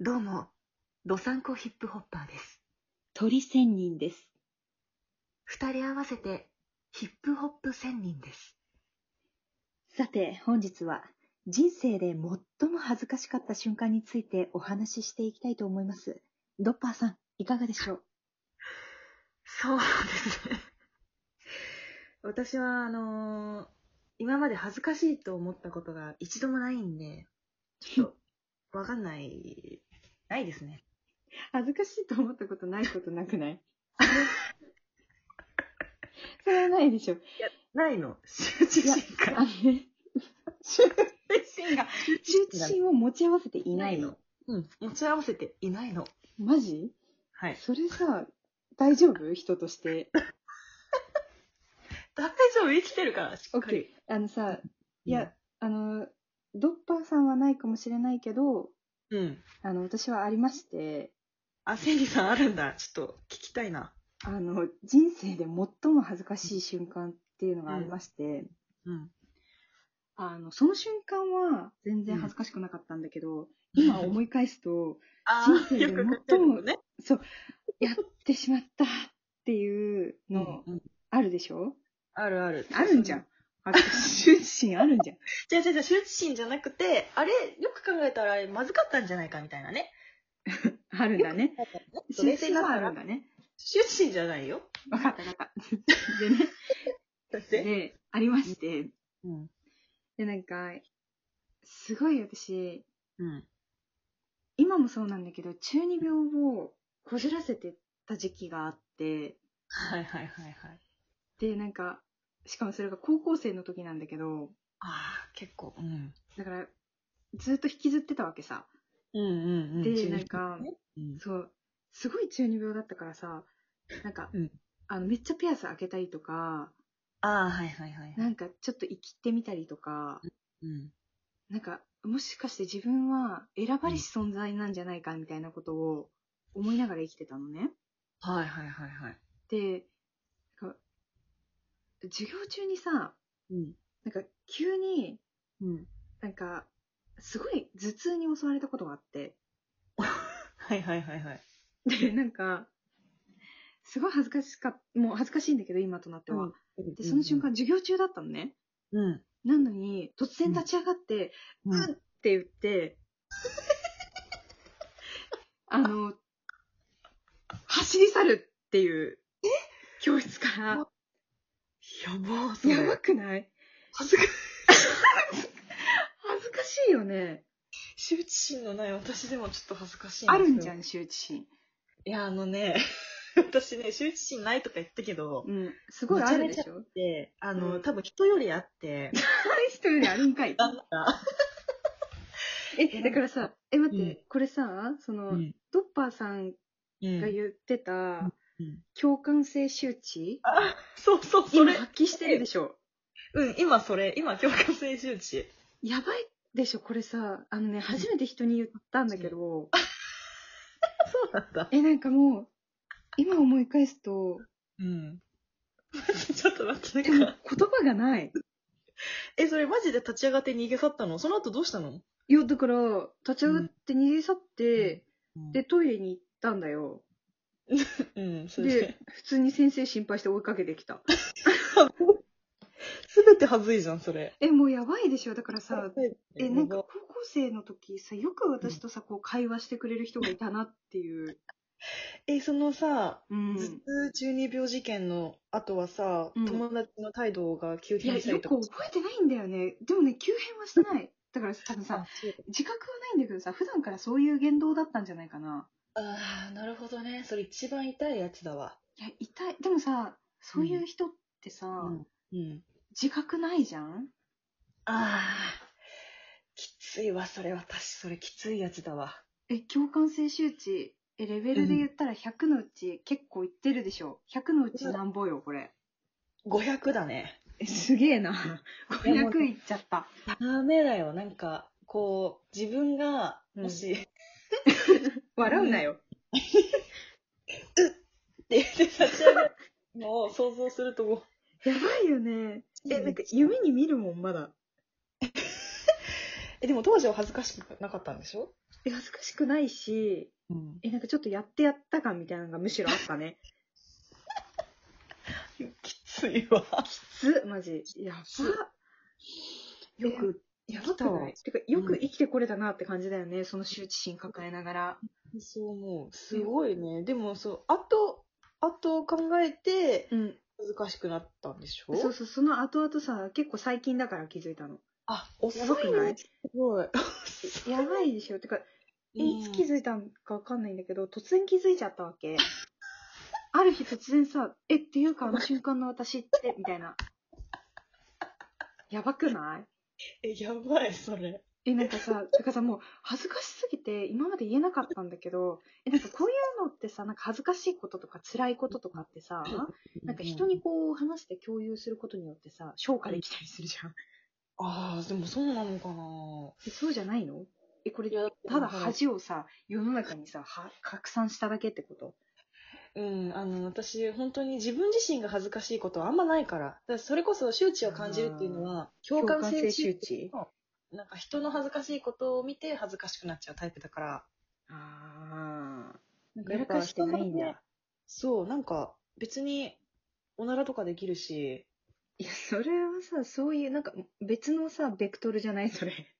どうも、ドサンコヒップホッパーです。鳥仙人です。二人合わせて、ヒップホップ仙人です。さて、本日は人生で最も恥ずかしかった瞬間についてお話ししていきたいと思います。ドッパーさん、いかがでしょうそうですね。私は、あのー今まで恥ずかしいと思ったことが一度もないんで、 ちょっと、わかんない、ないですね。恥ずかしいと思ったことないことなくない それはないでしょ。ないの。羞恥心 あが。のね羞恥心が、羞恥心を持ち合わせていないの。。うん、持ち合わせていないの。マジはい。それさ、大丈夫人として。大丈夫、生きてるから、しっかり。あのさ、いや、あの、ドッパーさんはないかもしれないけど、うん。あの、私はありまして、あ、千里さんあるんだ。ちょっと、聞きたいな。あの、人生で最も恥ずかしい瞬間っていうのがありまして、うん。あの、その瞬間は全然恥ずかしくなかったんだけど、今思い返すと、あ人あ、生でよ最くもわかってるのね。やってしまったっていうの、うんあるでしょあるある。あるんじゃん。恥ずかし い羞恥心あるんじゃん。じゃあじゃあじゃあ羞恥心じゃなくて、あれ、よく考えたらあれまずかったんじゃないかみたいなね。あるん だね。そう羞冷恥静にな心っはあたるらん羞だね。恥心じゃないよ。わかったわかった。でね、だって。で、ありまして、うん。で、なんか、すごい私、うん。今もそうなんだけど中二病をこじらせてた時期があってはいはいはいはい。でなんかしかもそれが高校生の時なんだけどああ、結構。うん。だからずっと引きずってたわけさうんうんうん。でなんかうん。そうすごい中二病だったからさなんか、うんあのめっちゃピアス開けたりとかああ、はいはいはい。なんかちょっと生きてみたりとかうん。なんかもしかして自分は選ばれし存在なんじゃないかみたいなことを思いながら生きてたのね。はいはいはいはい。でなんか授業中にさうん。なんか急にうん。なんかすごい頭痛に襲われたことがあってはいはいはいはい。でなんかすごい恥ずかしかっもう恥ずかしいんだけど今となっては、でその瞬間、授業中だったのねうん。なのに突然立ち上がって「う」うんって言って、 あの走り去るっていう教室からやば、そやばれ。くない恥ずか恥ずかしいよね。羞恥心のない私でもちょっと恥ずかしいあるんじゃんん、羞恥心。いや、あのね、 私ね、羞恥心ないとか言ったけど、うん。すごいあるでしめちょで、あの、うん多分人よりあって、大人よりある んかい。なんか、え、だからさ、え、待って、うんこれさ、その、うんドッパーさんが言ってた、うん共感性周知あ、そうそう、そ今れ、発揮してるでしょうん、今それ、今、強化性周知。やばいでしょこれさ、あのね、初めて人に言ったんだけ ど、そうなんだ。え、なんかもう、今思い返すと、うん。マジ ちょっと待って、でなもんか、言葉がない。え、それマジで立ち上がって逃げ去ったのその後どうしたのいや、だから、立ち上がって逃げ去って、で、で、トイレに行ったんだよ。うん、それでで、、普通に先生心配して追いかけてきた。すべてはずいじゃん、それ。え、もうやばいでしょだからさ、え、なんかやば、高校生の時さ、よく私とさ、こう会話してくれる人がいたなっていう。え、そのさ、う頭ん。痛中二病事件の後はさ、うん友達の態度が急いや、変したよりくとか。覚えてないんだよね。でもね、急変はしてない。だから多分さあ、そう自覚はないんだけどさ、普段からそういう言動だったんじゃないかな。あーなるほどね。それ一番痛いやつだわ。いや、痛い。でもさ、そういう人ってさ、うん。自覚ないじゃんああ、きついわ、それ私、それきついやつだわ。え、共感性周知、え、レベルで言ったら100のうち結構いってるでしょ。100のうちなんぼよ、これ。 500だね。え、すげえな。500いっ ちゃった。ダメだよ、なんか、こう、自分が、もし、笑うなよ。で、で立ち上がるのを想像するともう、やばいよね。え、なんか夢に見るもん、まだ。え、でも当時は恥ずかしくなかったんでしょえ恥ずかしくないし、うん。え、なんかちょっとやってやった感みたいなのがむしろあったね。きついわ。きつ、マジ。やば。よく、や来たわ。てか、よく生きてこれたなって感じだよね。その羞恥心抱えながら。そう思う。すごいね。でもそう、あと、あと考えて、うん。難しくなったんでしょそうそう、その後々さ、結構最近だから気づいたの。あ、や遅ばくいなね。いすごい。 やばいでしょ。てか、えいつ気づいたのかわかんないんだけど、突然気づいちゃったわ け。ある日突然さ、え、っていうかあの瞬間の私って、みたいな。やばくないえ、やばい、それ。え、なんかさ、だからさ、もう恥ずかしすぎて今まで言えなかったんだけど、え、なんかこういうのってさ、なんか恥ずかしいこととか辛いこととかってさ、なんか人。にこう話して共有することによってさ、消化できたりするじゃん。ああ、でもそうなのかなえそうじゃないのえ、これ、いやただ恥をさ、世の中にさ、は拡散しただけってことうん、あの、私、本当に自分自身が恥ずかしいことはあんまないから。だからそれこそ周知を感じるっていうのは、共感性周知。知なんか人の恥ずかしいことを見て恥ずかしくなっちゃうタイプだから。あなんあ。やらかしてないんねだ。そう、なんか別におならとかできるし、いや、それはさ、そういう、なんか別のさ、ベクトルじゃないそれ。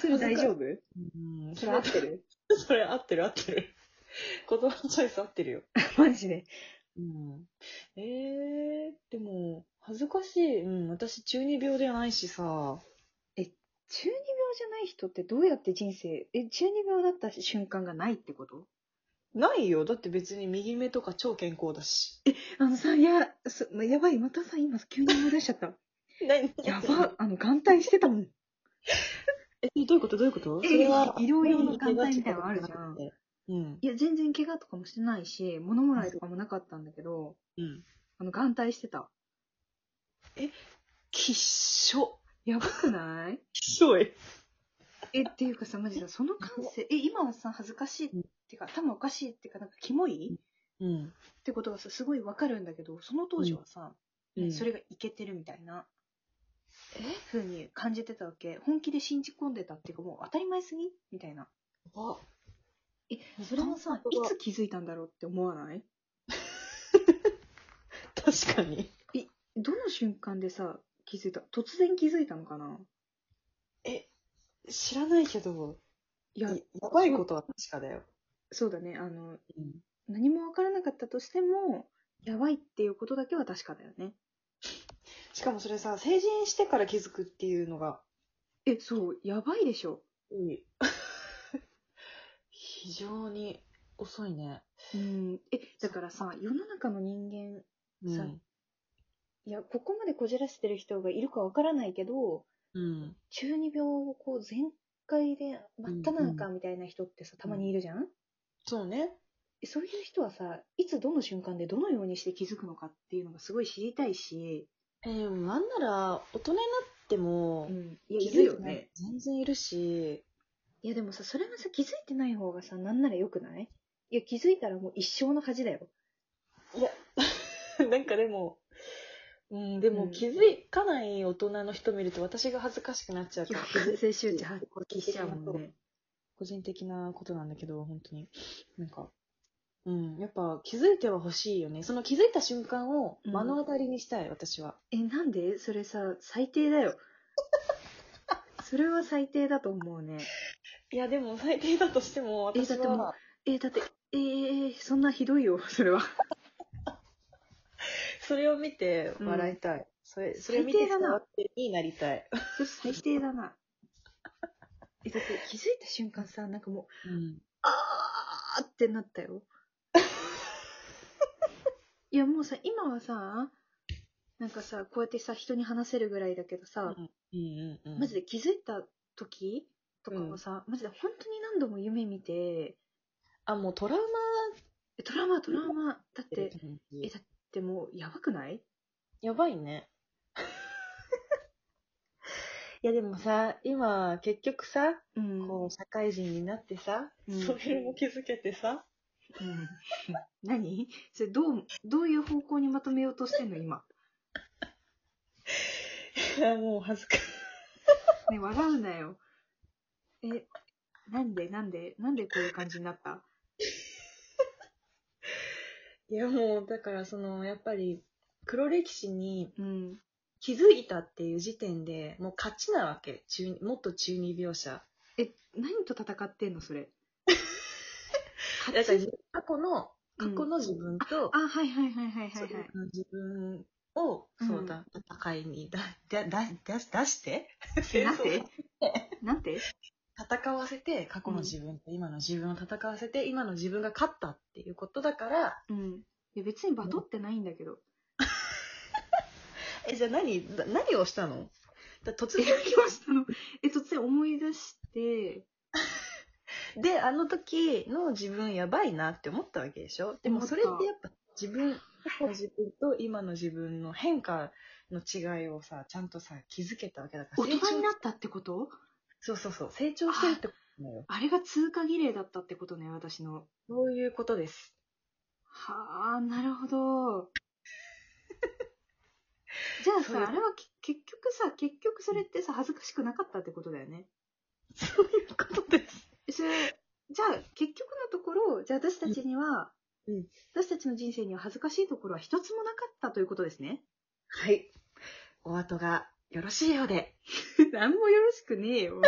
それ大丈夫うん、それ合ってるるそれ合ってる合ってる。言葉のチョイス合ってるよ。 マジで。うん。えー、でも、恥ずかしい。うん、私中二病ではないしさ。中二病じゃない人ってどうやって人生、え、中二病だった瞬間がないってことないよ。だって別に右目とか超健康だし。あのさ、いや、そやばい、またさ、今急に思い出しちゃった。何 やば、あの、眼帯してたもん。え、どういうことどういうことえそれは、医療用の眼帯みたいなのあるじゃんうん。いや、全然怪我とかもしてないし、物もらいとかもなかったんだけど、うん。あの、眼帯してた。きっしょ。やばくないきっしょい。え、っていうかさ、マジで、その感性、え、今はさ、恥ずかしいっていうか、頭おかしいっていうか、なんか、キモいうん。ってことがさ、すごいわかるんだけど、その当時はさ、うんねそれがいけてるみたいな、ふうに感じてたわけ。本気で信じ込んでたっていうか、もう当たり前すぎみたいな。あ、え、それもさ、いつ気づいたんだろうって思わない確かに。どの瞬間でさ、気づいた突然気づいたのかなえ、知らないけど、いやや、ばいことは確かだよ。そうだね、あの、うん。何もわからなかったとしても、やばいっていうことだけは確かだよね。しかもそれさ、成人してから気づくっていうのが、え、そう、やばいでしょ。非常に遅いね。うん。え、だからさ、世の中の人間、うさん。いや、ここまでこじらせてる人がいるかわからないけど、うん。中二病をこう全開で真っ只中みたいな人ってさ、たまにいるじゃん、そうね。えそういう人はさ、いつどの瞬間でどのようにして気づくのかっていうのがすごい知りたいし、えー、なんなら、大人になっても、ん。いや、気いづるいよてないね。全然いるし、いやでもさ、それはさ、気づいてない方がさ、なんなら良くないいや、気づいたらもう一生の恥だよ。いや、 なんかでも、うん、でうもん気づかない大人の人見ると私が恥ずかしくなっちゃう から、感性周知発揮しちゃうもんね。個人的なことなんだけど、本当に。なんか、うん、やっぱ気づいては欲しいよね。その気づいた瞬間をうん目の当たりにしたい、私は。 え、なんでそれさ、最低だよ。 それは最低だと思うね。いや、でも最低だとしても、え私だってもは、え、だって、えー、そんなひどいよ、それは。それを見て笑いたい。それ、それを見て最低だな笑ってになりたい。それ最低だな。え、だって気づいた瞬間さ、なんかもう、うん。あーってなった よ。いや、もうさ、今はさ、なんかさ、こうやってさ、人に話せるぐらいだけどさ、うんうんうん。マジで気づいた時とかもさ、マジで本当に何度も夢見て、あ、もうトラウマえトラウマ、トラウマ。だっってて、感え、じ。だってもうやばくないやばいね。 いやでもさ、今結局さ、うんこう社会人になってさ、うんそれも気づけてさ、うん、何それどう、どういう方向にまとめようとしてんの今。いやもう恥ずかね、笑うなよ。え、なんで、なんで、なんでこういう感じになったいやもう、だからその、やっぱり、黒歴史にうん。気づいたっていう時点でもう勝ちなわけ。中もっと中二描写。え、何と戦ってんの、それ。だから過去の、過うん去の自分と、あ、はいはいはいはいはい、そはうい。自分を、うんそうだ、戦いにだだだだ出して、 な んてなんて戦わせて、過去の自分と今の自分を戦わせて、今の自分が勝ったっていうことだから、うん。いや、別にバトってないんだけど。え、じゃあ何、だ何をしたのだ突然、きましたの。え、突然思い出して、 で、あの時の自分やばいなって思ったわけでしょでも思ったそれってやっぱ自分、過去の自分と今の自分の変化の違いをさ、ちゃんとさ、気づけたわけだから、大人になったってことそうそうそう、成長してるってことだよ。あれが通過儀礼だったってことね、私の。そういうことです。はあ、なるほ ど。じゃあそういうさ、あれはけ結局さ、結局それってさ、恥ずかしくなかったってことだよね。 そういうことです。えそれ、じゃあ結局のところ、じゃあ私たちには、うんうん私たちの人生には恥ずかしいところは一つもなかったということですね。 はい。お後がよろしいようで。なんもよろしくねえよ。